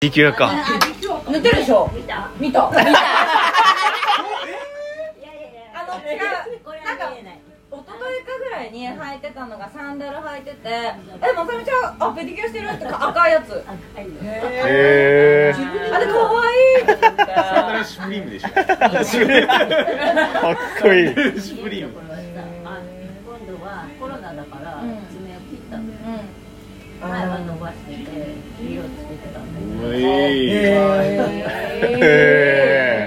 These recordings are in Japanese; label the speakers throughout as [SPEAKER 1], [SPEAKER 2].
[SPEAKER 1] 時給か
[SPEAKER 2] 塗ってるでしょ見た見 た
[SPEAKER 3] あ
[SPEAKER 2] 見た
[SPEAKER 3] の違うなんか一昨日かぐらいに履いてたのがサンダル履いてて「えまさみちゃんあペディキュアしてる?」ってか赤いやつ
[SPEAKER 1] へえ
[SPEAKER 3] あれかわいいと思って
[SPEAKER 4] サンダルシュプリームでしょ
[SPEAKER 1] かっこいい
[SPEAKER 4] シュプリーム
[SPEAKER 5] これはさあ今度はコロナだから爪を切ったの、前は伸ばしてて色つけてたんだけど
[SPEAKER 4] うい
[SPEAKER 1] へ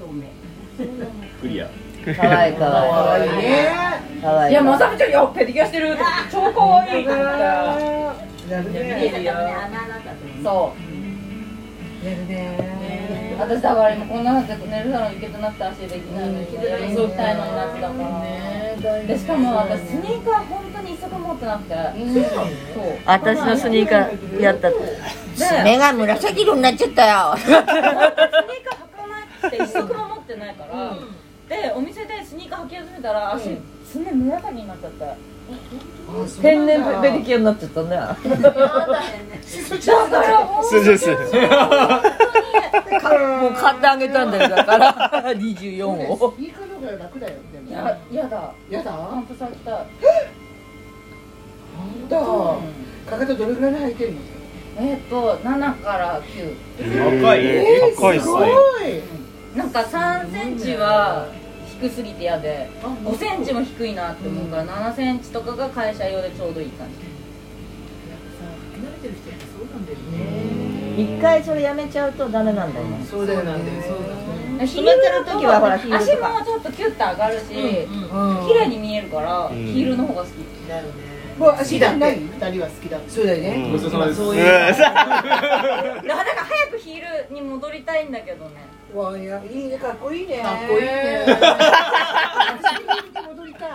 [SPEAKER 5] 透明
[SPEAKER 4] クリア
[SPEAKER 6] かわいいかわいいかわいい
[SPEAKER 2] いやまさみちゃんいやペディキュアしてるって超かわいいと思って
[SPEAKER 6] やる
[SPEAKER 5] 見
[SPEAKER 6] ね
[SPEAKER 5] えたからね穴だったと思う
[SPEAKER 2] そう
[SPEAKER 6] やるね
[SPEAKER 2] 私だから今こんな感じで寝るサロン行けてなくて足できないのに左に行きたいのになってたからでしかも私スニーカー本当に一足も持ってなくてそう
[SPEAKER 7] 私のスニーカーやった
[SPEAKER 6] 目が紫色になっちゃったよ
[SPEAKER 3] スニーカー履かないって一足も持ってないから、でお店でスニーカー履き始めたら足、すんげえ紫になっちゃった
[SPEAKER 6] 天然ペディキュアになっちゃったね
[SPEAKER 3] だから本
[SPEAKER 1] そうです
[SPEAKER 6] もう買ってあげたんだよだから24を
[SPEAKER 2] いややだやだパンプさん来たい
[SPEAKER 8] と、かかとどれぐらいで履いてるの
[SPEAKER 2] えっと7から9
[SPEAKER 4] 若い
[SPEAKER 1] へー高いっすね
[SPEAKER 8] い
[SPEAKER 2] なんか3センチは低すぎて嫌で5センチも低いなって思うから7センチとかが会社用でちょうどいい感じ
[SPEAKER 7] 一回それやめちゃうとダメなんだよね
[SPEAKER 8] そうだよねそうだ
[SPEAKER 7] 決めてる時はほらヒール
[SPEAKER 2] 足
[SPEAKER 7] と
[SPEAKER 2] も
[SPEAKER 7] か
[SPEAKER 2] ちょっとキュッて上がるし
[SPEAKER 8] ね
[SPEAKER 2] 綺麗に見えるから
[SPEAKER 1] ん
[SPEAKER 2] ヒールの方が好き
[SPEAKER 8] だよねもう足だない二人は好きだそうだよね
[SPEAKER 4] ごちそうさまです
[SPEAKER 8] そう
[SPEAKER 1] う
[SPEAKER 8] いうん
[SPEAKER 1] さ
[SPEAKER 3] だから早くヒールに戻りたいんだけどね
[SPEAKER 8] わいやいいねかっこいいね
[SPEAKER 6] かっこいいね
[SPEAKER 8] 戻りたい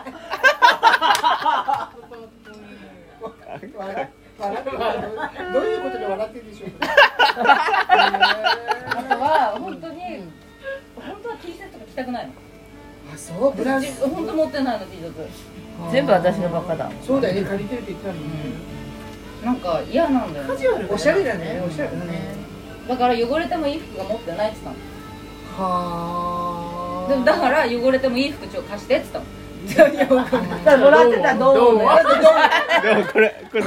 [SPEAKER 8] 笑笑ってるどういうことで笑ってるんでしょうか
[SPEAKER 2] あとは本当に本当は T シャツとか着たくないの
[SPEAKER 8] あそうブラジ
[SPEAKER 2] 私本当持ってないの T シャツ
[SPEAKER 7] 全部私のバカだ
[SPEAKER 8] そうだよね借りてるって言ったのに
[SPEAKER 2] なんか嫌なんだよね
[SPEAKER 8] おしゃれだねおしゃれだね
[SPEAKER 2] だから汚れてもいい服が持ってないって言っ
[SPEAKER 8] は
[SPEAKER 2] たの
[SPEAKER 8] あ
[SPEAKER 2] でもだから汚れてもいい服ちょっと貸してって言っ
[SPEAKER 7] だからもらってたドームあ
[SPEAKER 1] でもこれこれ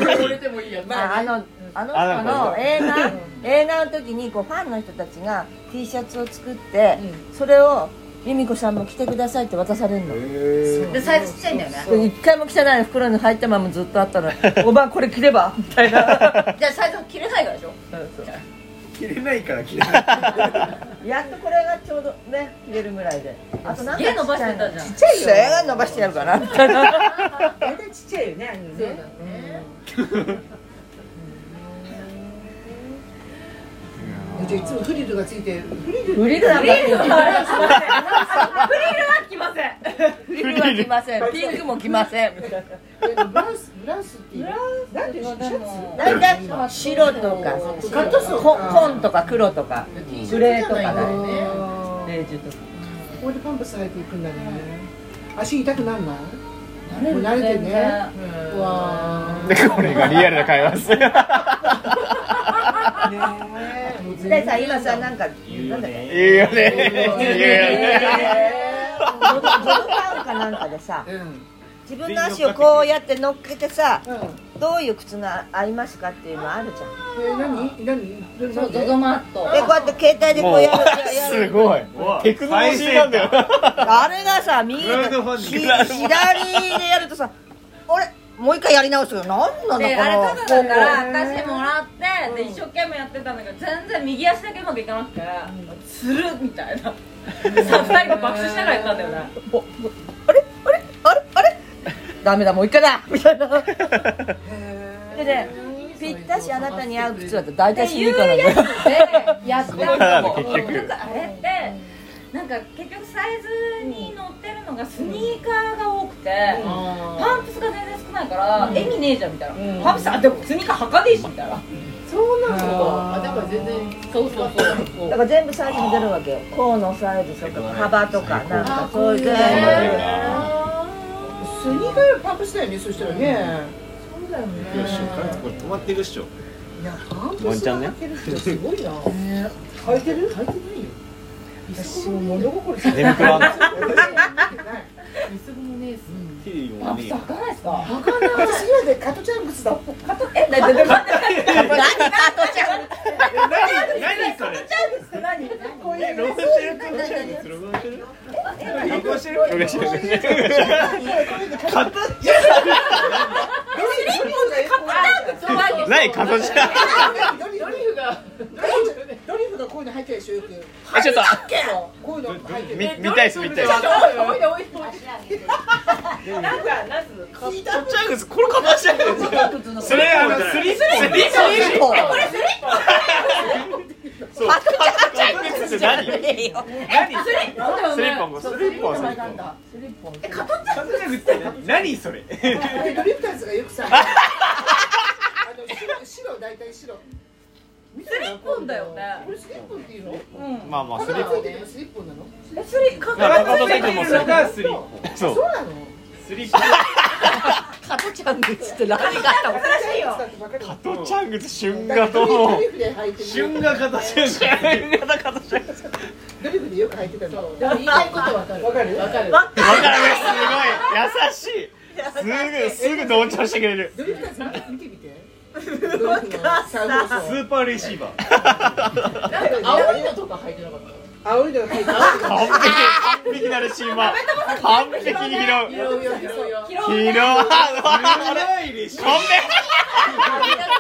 [SPEAKER 1] 何
[SPEAKER 7] あのあの人の映画映画の時にこうファンの人たちが T シャツを作ってそれを由美子さんも着てくださいって渡されるの
[SPEAKER 8] でサイズちっちゃいんだよね
[SPEAKER 7] 一回も着てないの袋に入ったままずっとあった のおばあこれ着ればみたいな
[SPEAKER 3] じゃあサイズ切れないからでしょ
[SPEAKER 4] 着れないから着れな い
[SPEAKER 7] やっとこれがちょうどね着れるぐらいであとなん
[SPEAKER 3] すげえ伸ばしてたじゃん
[SPEAKER 7] ちっちゃいよ映画伸ばしてやる からみたいな
[SPEAKER 6] 大体ちっちゃいよねあのね
[SPEAKER 8] じゃあいつもフリルがついてる
[SPEAKER 7] フリルなんか着て
[SPEAKER 3] 着ません
[SPEAKER 7] フリルは着ませんピンクも着ませんみたいな
[SPEAKER 8] えブラウスブラウスっていうのなんていうのシ
[SPEAKER 2] た
[SPEAKER 8] ャ
[SPEAKER 2] の
[SPEAKER 7] 大体白とか
[SPEAKER 8] カットソー
[SPEAKER 7] こ紺とか黒とかグレーとかだよね
[SPEAKER 8] ツ
[SPEAKER 7] ベージュとか
[SPEAKER 8] ここでパンプス履いていくんだね足痛くなんない
[SPEAKER 2] たの
[SPEAKER 8] もう慣れてる
[SPEAKER 2] 全
[SPEAKER 8] ね
[SPEAKER 2] 然
[SPEAKER 8] うわー
[SPEAKER 1] これがリアルな会話です
[SPEAKER 7] でさ今さなんかなんだっけ
[SPEAKER 1] 言うよね言うよね
[SPEAKER 7] ボドボド パンかなんかでさ
[SPEAKER 8] うん
[SPEAKER 7] 自分の足をこうやって乗っけてさ
[SPEAKER 8] うん
[SPEAKER 7] どういう靴が合いますかっていうのあるじゃん
[SPEAKER 8] え何何
[SPEAKER 2] そ
[SPEAKER 8] ど
[SPEAKER 2] う
[SPEAKER 8] なん
[SPEAKER 2] ゾ
[SPEAKER 8] で
[SPEAKER 2] ゾマット
[SPEAKER 7] でこうやって携帯でこ
[SPEAKER 1] もう
[SPEAKER 7] うやるやる
[SPEAKER 1] すごいテクノロジーなんだよ
[SPEAKER 7] あれがさ右
[SPEAKER 4] クラウドファンディング
[SPEAKER 7] ひ左でやるとさあれもう一回やり直すよ何なのこの
[SPEAKER 3] であれただだか
[SPEAKER 7] こ
[SPEAKER 3] ら私もらってで一生懸命やってたんだけど全然右足だけうまくいかなくてつるみたいなさ最後爆笑しながらやったんだよね
[SPEAKER 7] こあれあれダメだもう一回だみたいなでねぴったしあなたに合う靴だって大体スニーカーなん だよ
[SPEAKER 2] でやったのも
[SPEAKER 1] 結局
[SPEAKER 3] あれってなんか結局サイズに乗ってるのがスニーカーが多くて、パンプスが全然少ないから、意味ねえじゃんみたいな、パンプスあでもスニーカー履かねえしみたいな
[SPEAKER 2] そうそうそう
[SPEAKER 7] だから全部サイズも出るわけよ甲のサイズとか幅とかなんかそういう全
[SPEAKER 8] スニーカーよりパンプスだよねそしたらね
[SPEAKER 4] いやしょこれ止まってるっしょ
[SPEAKER 8] いやパンプスが履けるってすごいな履いてる履いてないよ私も物心ついて
[SPEAKER 1] 眠くはない
[SPEAKER 8] ない
[SPEAKER 4] テレビも
[SPEAKER 2] パンプ
[SPEAKER 4] ね
[SPEAKER 2] ス履かないですか
[SPEAKER 8] 履かない私今でカトちゃん靴だもん
[SPEAKER 2] カトえなでで待って
[SPEAKER 4] え何何それ
[SPEAKER 8] こういう
[SPEAKER 4] ロゴ
[SPEAKER 8] ね
[SPEAKER 4] してるロゴしてるロゴしてるロゴしてる
[SPEAKER 1] カトちゃんないカトちゃん
[SPEAKER 8] ドリフがドリフがこういうの入ってるでしょよく
[SPEAKER 1] えちょっと
[SPEAKER 8] こういうの入って
[SPEAKER 1] み
[SPEAKER 8] る
[SPEAKER 1] 見たいです見たいです
[SPEAKER 8] 聞いた
[SPEAKER 1] チャンスこれかましてるんですよそれあのスリップスリッ
[SPEAKER 7] 一本
[SPEAKER 1] プそうカトちゃん靴って何何スリッポンスリッポンスリッポンカトちゃん靴って何何それ
[SPEAKER 8] でドリフターズがよく さあの白白大体白スリッポンだよねこれスリッポンっていうの
[SPEAKER 1] まあまあス
[SPEAKER 8] 鼻
[SPEAKER 1] リ
[SPEAKER 8] が
[SPEAKER 1] ッ
[SPEAKER 8] つ
[SPEAKER 1] ポ
[SPEAKER 8] いてるのスリッポンなの
[SPEAKER 1] ン高田選手もそ れ
[SPEAKER 4] がスリッポ
[SPEAKER 1] ンそう
[SPEAKER 8] そうなの
[SPEAKER 4] スリッポン
[SPEAKER 6] カトちゃんですって何があったの
[SPEAKER 8] 新しいよカ
[SPEAKER 1] カトちゃん靴旬
[SPEAKER 8] だ
[SPEAKER 1] が
[SPEAKER 8] からド
[SPEAKER 1] と
[SPEAKER 8] リフで履いてる
[SPEAKER 4] 旬が形
[SPEAKER 1] 旬 がカトちゃん靴
[SPEAKER 8] ドリフでよく履いてたのでも言いたいことわかるわかるわかる
[SPEAKER 1] わかるすごい優しいすぐすぐ同調してくれる
[SPEAKER 8] ドリフターズ見てみてドリフの再放
[SPEAKER 4] ス
[SPEAKER 8] 送
[SPEAKER 4] ーパーレシーバー
[SPEAKER 8] 青いのとか履いてなかった青いの
[SPEAKER 1] 完璧完璧なレシーバー完璧に拾う
[SPEAKER 8] 履いてるよよ
[SPEAKER 1] 拾うわあれ
[SPEAKER 4] 長いレシーバ
[SPEAKER 1] 完璧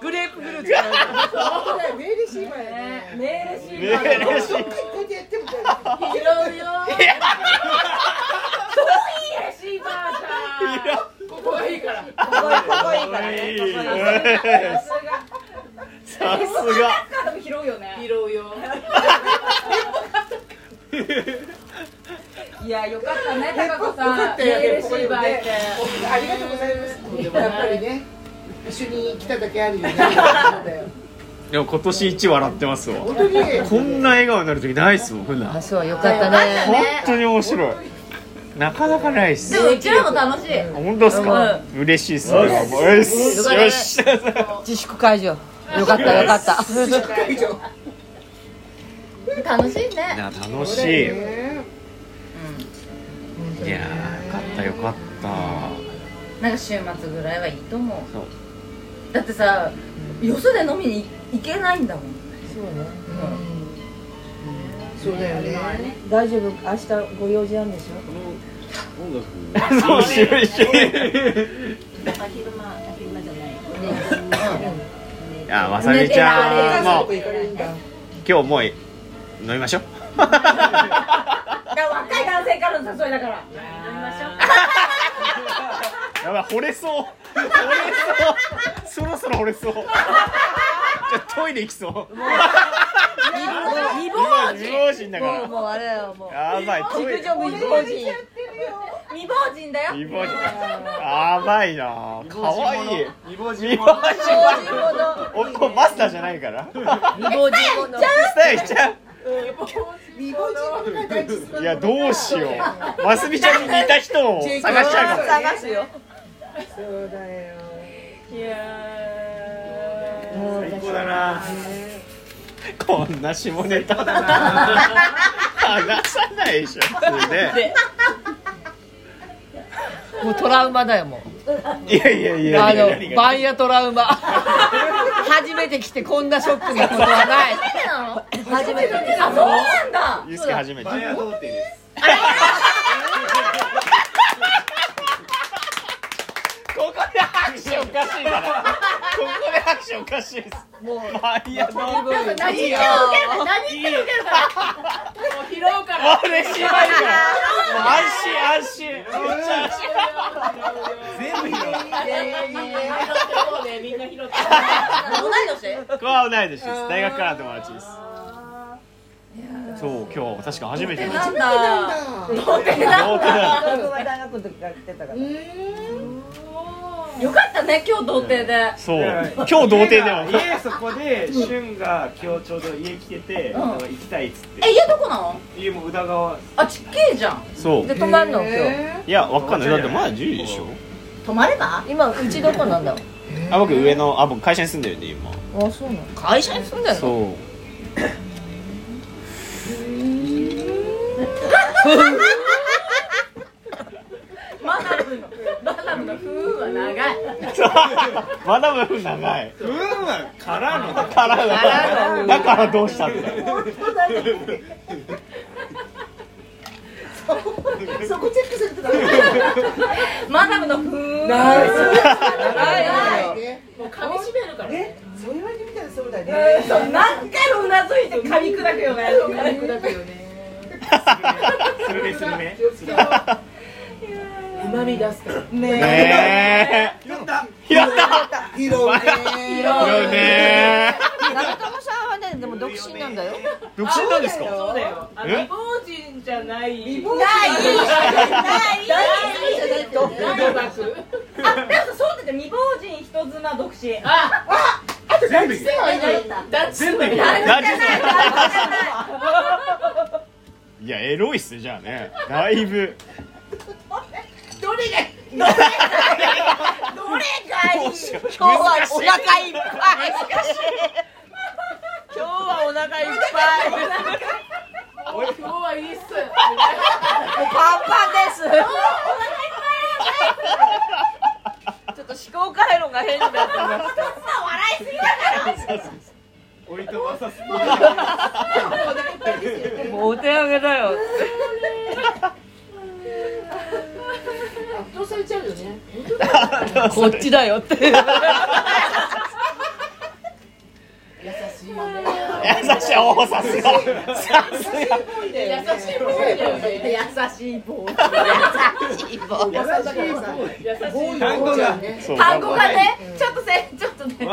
[SPEAKER 6] グレープフルーツじゃないから
[SPEAKER 8] メールシーバーやね
[SPEAKER 2] メールシー
[SPEAKER 1] メールシ
[SPEAKER 8] こう
[SPEAKER 1] ー
[SPEAKER 8] やってやっても
[SPEAKER 2] シーバーじゃん
[SPEAKER 8] ここがいいから
[SPEAKER 1] バーさすが
[SPEAKER 2] 多分拾うよね
[SPEAKER 8] 拾うよ
[SPEAKER 2] いやよかったね高子
[SPEAKER 8] よか
[SPEAKER 2] さん
[SPEAKER 8] ったよ
[SPEAKER 2] メール
[SPEAKER 8] ね
[SPEAKER 2] シ
[SPEAKER 8] ここに
[SPEAKER 2] ー
[SPEAKER 8] も
[SPEAKER 2] バー
[SPEAKER 8] ね
[SPEAKER 2] いて
[SPEAKER 8] ありがとうございますやっぱりね一緒に来ただけあるよね
[SPEAKER 1] でも今年一笑ってますわ
[SPEAKER 8] 本当に
[SPEAKER 1] こんな笑顔になる時ないっすもん普段
[SPEAKER 6] あそうよかったね
[SPEAKER 1] 本当に面白いなかなかないっす
[SPEAKER 2] でもうちらも楽しい
[SPEAKER 1] あ本当ですか、嬉しいっすねよし
[SPEAKER 6] よかった
[SPEAKER 1] よし
[SPEAKER 6] 自粛解除よかったよかった
[SPEAKER 8] 以上
[SPEAKER 2] 楽しいね
[SPEAKER 1] な楽しいいやーよかったよかった
[SPEAKER 2] なんか週末ぐらいはいいと思
[SPEAKER 1] そう
[SPEAKER 2] うだってさよそで飲みに行けないんだもん
[SPEAKER 7] そうね
[SPEAKER 8] そうだよね
[SPEAKER 7] 大丈夫明日ご用事あるんでし
[SPEAKER 4] この音楽
[SPEAKER 1] そう一緒一緒
[SPEAKER 5] なんか昼間昼間じゃない
[SPEAKER 1] あわさびちゃんも
[SPEAKER 8] こ行かれるんだ
[SPEAKER 1] 今日もう飲みましょう
[SPEAKER 2] だから若い男性からの誘いだから
[SPEAKER 1] やばい惚れそう惚れそうそろそろ惚れそうじゃあトイレ行きそう
[SPEAKER 6] 未
[SPEAKER 1] 未亡人未亡人だか
[SPEAKER 7] ょもうあれだよもう
[SPEAKER 1] らやばいトイレ
[SPEAKER 7] 陸上部未亡人
[SPEAKER 2] 未亡人だよ
[SPEAKER 1] 未亡人やばいな可愛い
[SPEAKER 4] 未亡人
[SPEAKER 1] 未
[SPEAKER 4] も
[SPEAKER 1] 亡人おこマスターじゃないから
[SPEAKER 6] 亡人の
[SPEAKER 1] スタイちゃん
[SPEAKER 8] 未亡人が大事す
[SPEAKER 1] いやどうしようマスミちゃんに似た人を探しちゃうかも
[SPEAKER 7] 探すよ
[SPEAKER 8] そうだよ
[SPEAKER 1] 最高だなこんな下ネタだな話さないでしょ普通ね
[SPEAKER 6] もうトラウマだよもう
[SPEAKER 1] いやいやいや
[SPEAKER 6] あ
[SPEAKER 1] いや何
[SPEAKER 6] の
[SPEAKER 1] が
[SPEAKER 6] バンヤトラウ マ初めて来てこんなショックなことはない初めて
[SPEAKER 2] あそうなんだ
[SPEAKER 1] ゆうすけ初めて
[SPEAKER 4] バイア童貞です
[SPEAKER 1] ここで拍手おかしいからここで拍手おかしいですもうマリアの
[SPEAKER 2] 何言っても受ける何言っても受けるから
[SPEAKER 1] 嬉しいマリア安心安心めっちゃ安心
[SPEAKER 4] 全部拾う
[SPEAKER 1] ここは同い年です大学からの友達ですそう今日確か初めて
[SPEAKER 2] な
[SPEAKER 1] なんん
[SPEAKER 2] だ
[SPEAKER 1] だ
[SPEAKER 7] 僕は大学の時から来てたから
[SPEAKER 2] よかったね今日童貞で
[SPEAKER 1] そう今日童貞でも
[SPEAKER 4] 家そこで旬が今日ちょうど家来ててなんか行きたいっつっ
[SPEAKER 2] え
[SPEAKER 4] て
[SPEAKER 2] 家どこなの
[SPEAKER 4] 家も宇田川
[SPEAKER 2] あちっけえじゃん
[SPEAKER 1] そう
[SPEAKER 7] で泊まんの今日
[SPEAKER 1] いやわかんないだってまだ10時でしょ
[SPEAKER 2] 泊まれば
[SPEAKER 7] 今うちどこなんだろう
[SPEAKER 1] あ僕上のあ僕会社に住んでるんで今
[SPEAKER 9] あそうなの
[SPEAKER 6] 会社に住んでんの
[SPEAKER 1] そう
[SPEAKER 2] マダムのマダムの夫婦は長い
[SPEAKER 1] まだまだ長い
[SPEAKER 5] ふーんはからの
[SPEAKER 1] だからだだからどうしたんだよ
[SPEAKER 8] そこチェックせんとダメだよ
[SPEAKER 2] マダムの夫婦
[SPEAKER 8] 長い
[SPEAKER 2] 長
[SPEAKER 8] いね
[SPEAKER 2] もう噛み締めるから
[SPEAKER 8] えそう言われてみたらそうだね
[SPEAKER 2] そう何回もうなずいて噛み砕くよね
[SPEAKER 1] スルメスルメ
[SPEAKER 6] うまみ出すから
[SPEAKER 1] ね
[SPEAKER 8] やった
[SPEAKER 1] えやった
[SPEAKER 8] 拾うね
[SPEAKER 1] よね
[SPEAKER 6] 長友さんはねでも独身なんだよ
[SPEAKER 1] 独身なんですか
[SPEAKER 2] そうだよあ
[SPEAKER 1] え
[SPEAKER 2] 未亡人じゃない未
[SPEAKER 8] 亡
[SPEAKER 2] ないない
[SPEAKER 8] じゃないと
[SPEAKER 2] 大
[SPEAKER 10] あ
[SPEAKER 2] 学
[SPEAKER 10] でもそうだって未亡人人妻独身
[SPEAKER 5] 全部いい全部いい
[SPEAKER 1] 何いやエロいっすねじゃあねだいぶ
[SPEAKER 6] 今日はお腹いっぱい今日はお腹いっぱい
[SPEAKER 7] 今日はいいっす
[SPEAKER 6] パンパンですちょっと思考回路が変になってます
[SPEAKER 5] おいとまさすぎ
[SPEAKER 6] もうお手上げだよ
[SPEAKER 7] 圧倒されちゃうよね
[SPEAKER 6] こっちだよって
[SPEAKER 7] 優しいわね
[SPEAKER 1] 優しいおおさすがさすが
[SPEAKER 7] 優しい方だよね
[SPEAKER 8] 優しいさ
[SPEAKER 7] 優しい
[SPEAKER 8] ボーイ
[SPEAKER 5] 単
[SPEAKER 8] の
[SPEAKER 5] 語
[SPEAKER 8] 子ちゃ
[SPEAKER 5] が
[SPEAKER 8] んね
[SPEAKER 1] そう
[SPEAKER 10] 単語がねちょっとせちょっとね